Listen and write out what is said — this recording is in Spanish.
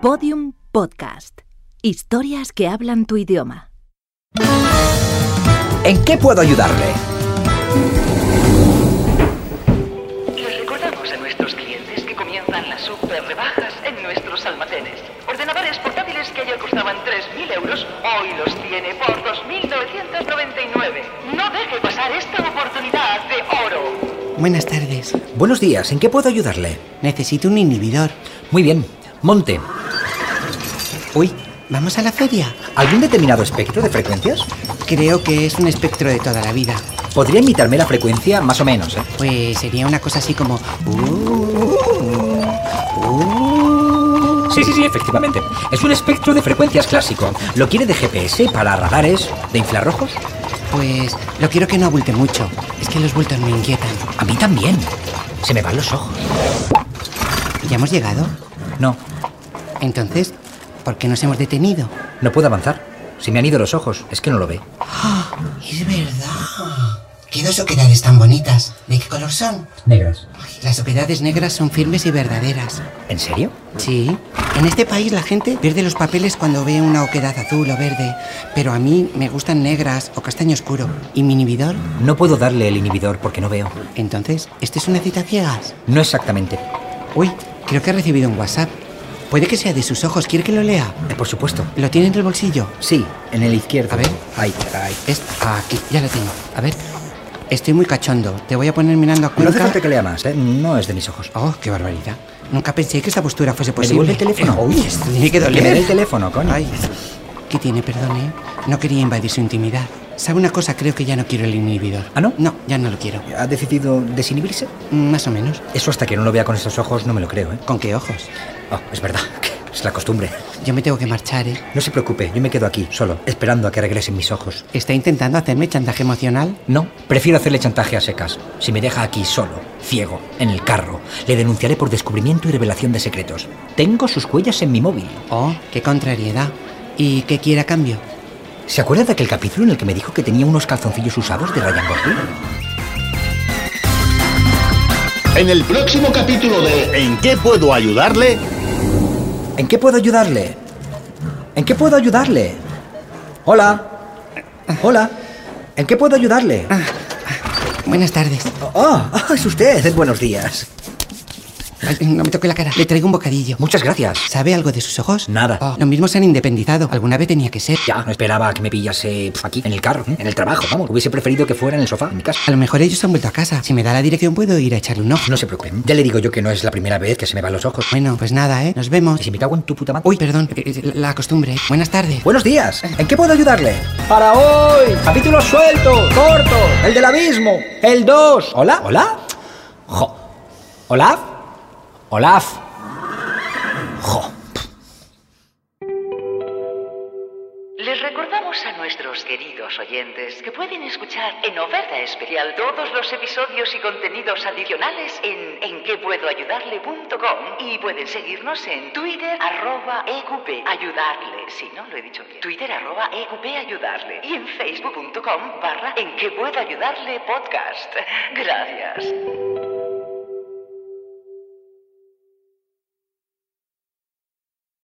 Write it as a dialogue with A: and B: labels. A: Podium Podcast. Historias que hablan tu idioma.
B: ¿En qué puedo ayudarle?
C: Les recordamos a nuestros clientes que comienzan las super rebajas en nuestros almacenes. Ordenadores portátiles que ayer costaban 3.000 euros, hoy los tiene por 2.999. No deje pasar esta oportunidad de oro.
D: Buenas tardes.
B: Buenos días, ¿en qué puedo ayudarle?
D: Necesito un inhibidor.
B: Muy bien, monte. Uy,
D: ¿Vamos a la feria?
B: ¿algún determinado espectro de frecuencias?
D: Creo que es un espectro de toda la vida.
B: Podría imitarme la frecuencia más o menos, ¿eh?
D: Pues sería una cosa así como... "Uh,
B: Sí, sí, sí, efectivamente. Es un espectro de frecuencias clásico. ¿Lo quiere de GPS para radares de infrarrojos?
D: Pues lo quiero que no abulte mucho. Es que los bultos me inquietan.
B: A mí también. Se me van los ojos.
D: ¿Ya hemos llegado?
B: No,
D: Entonces, ¿por qué nos hemos detenido?
B: no puedo avanzar. Se me han ido los ojos, es que no lo ve.
D: Es verdad. Qué dos oquedades tan bonitas. ¿De qué color son?
B: Negras.
D: Ay, Las oquedades negras son firmes y verdaderas.
B: ¿En serio?
D: Sí. En este país la gente pierde los papeles cuando ve una oquedad azul o verde, pero a mí me gustan negras o castaño oscuro. ¿Y mi inhibidor?
B: No puedo darle el inhibidor porque no veo.
D: Entonces, ¿esto es una cita ciegas?
B: No exactamente.
D: Uy, creo que ha recibido un WhatsApp. Puede que sea de sus ojos, ¿quiere que lo lea?
B: Eh, Por supuesto.
D: ¿Lo tiene en el bolsillo?
B: Sí, en el izquierdo.
D: A ver.
B: Ahí, ahí.
D: Es ah, aquí, ya lo tengo. A ver, estoy muy cachondo. Te voy a poner mirando a
B: No
D: cuenta.
B: hace falta que lea más, ¿eh? No es de mis ojos.
D: Oh, qué barbaridad. Nunca pensé que esta postura fuese
B: ¿Me
D: posible.
B: devuelve el teléfono?
D: Eh, uy, esto tiene que doler.
B: me dé el teléfono, coño.
D: Ay, ¿qué tiene? Perdone. No quería invadir su intimidad. ¿Sabe una cosa? Creo que ya no quiero el inhibidor.
B: ¿Ah, no?
D: No, ya no lo quiero.
B: ¿Ha decidido desinhibirse?
D: Mm, Más o menos.
B: Eso hasta que no lo vea con estos ojos no me lo creo, ¿eh?
D: ¿Con qué ojos?
B: Oh, es verdad. Es la costumbre.
D: Yo me tengo que marchar, ¿eh?
B: No se preocupe, yo me quedo aquí, solo, esperando a que regresen mis ojos.
D: ¿Está intentando hacerme chantaje emocional?
B: No, prefiero hacerle chantaje a secas. Si me deja aquí solo, ciego, en el carro, le denunciaré por descubrimiento y revelación de secretos. Tengo sus huellas en mi móvil.
D: Oh, qué contrariedad. ¿Y qué quiere a cambio?
B: ¿Se acuerda de aquel capítulo en el que me dijo que tenía unos calzoncillos usados de Ryan Gosling?
E: En el próximo capítulo de ¿En qué puedo ayudarle?
B: ¿En qué puedo ayudarle? ¿En qué puedo ayudarle? Hola. Hola. ¿En qué puedo ayudarle?
D: Buenas tardes.
B: Oh, oh, es usted. Buenos días.
D: Ay, No me toque la cara. Le traigo un bocadillo.
B: Muchas gracias.
D: ¿Sabe algo de sus ojos?
B: Nada.
D: Oh, lo mismo se han independizado. Alguna vez tenía que ser.
B: Ya, no esperaba que me pillase pf, aquí, en el carro, ¿eh? en el trabajo. Vamos, hubiese preferido que fuera en el sofá, en mi casa.
D: A lo mejor ellos han vuelto a casa. Si me da la dirección puedo ir a echarle un ojo.
B: No se preocupen. Ya le digo yo que no es la primera vez que se me van los ojos.
D: Bueno, pues nada, ¿eh? Nos vemos.
B: Y si me cago en tu puta madre.
D: Uy, perdón. eh, eh, La costumbre. Buenas tardes.
B: Buenos días. ¿En qué puedo ayudarle? Este. Para hoy. Capítulo suelto, corto. El del abismo. El 2. Hola. Hola. Jo. Olaf. Olaf. Jo.
C: Les recordamos a nuestros queridos oyentes que pueden escuchar en oferta especial todos los episodios y contenidos adicionales en enquepuedoayudarle.com y pueden seguirnos en Twitter arroba EQP ayudarle, si no lo he dicho bien, Twitter arroba EQP ayudarle y en facebook.com barra en que puedo ayudarle podcast. Gracias.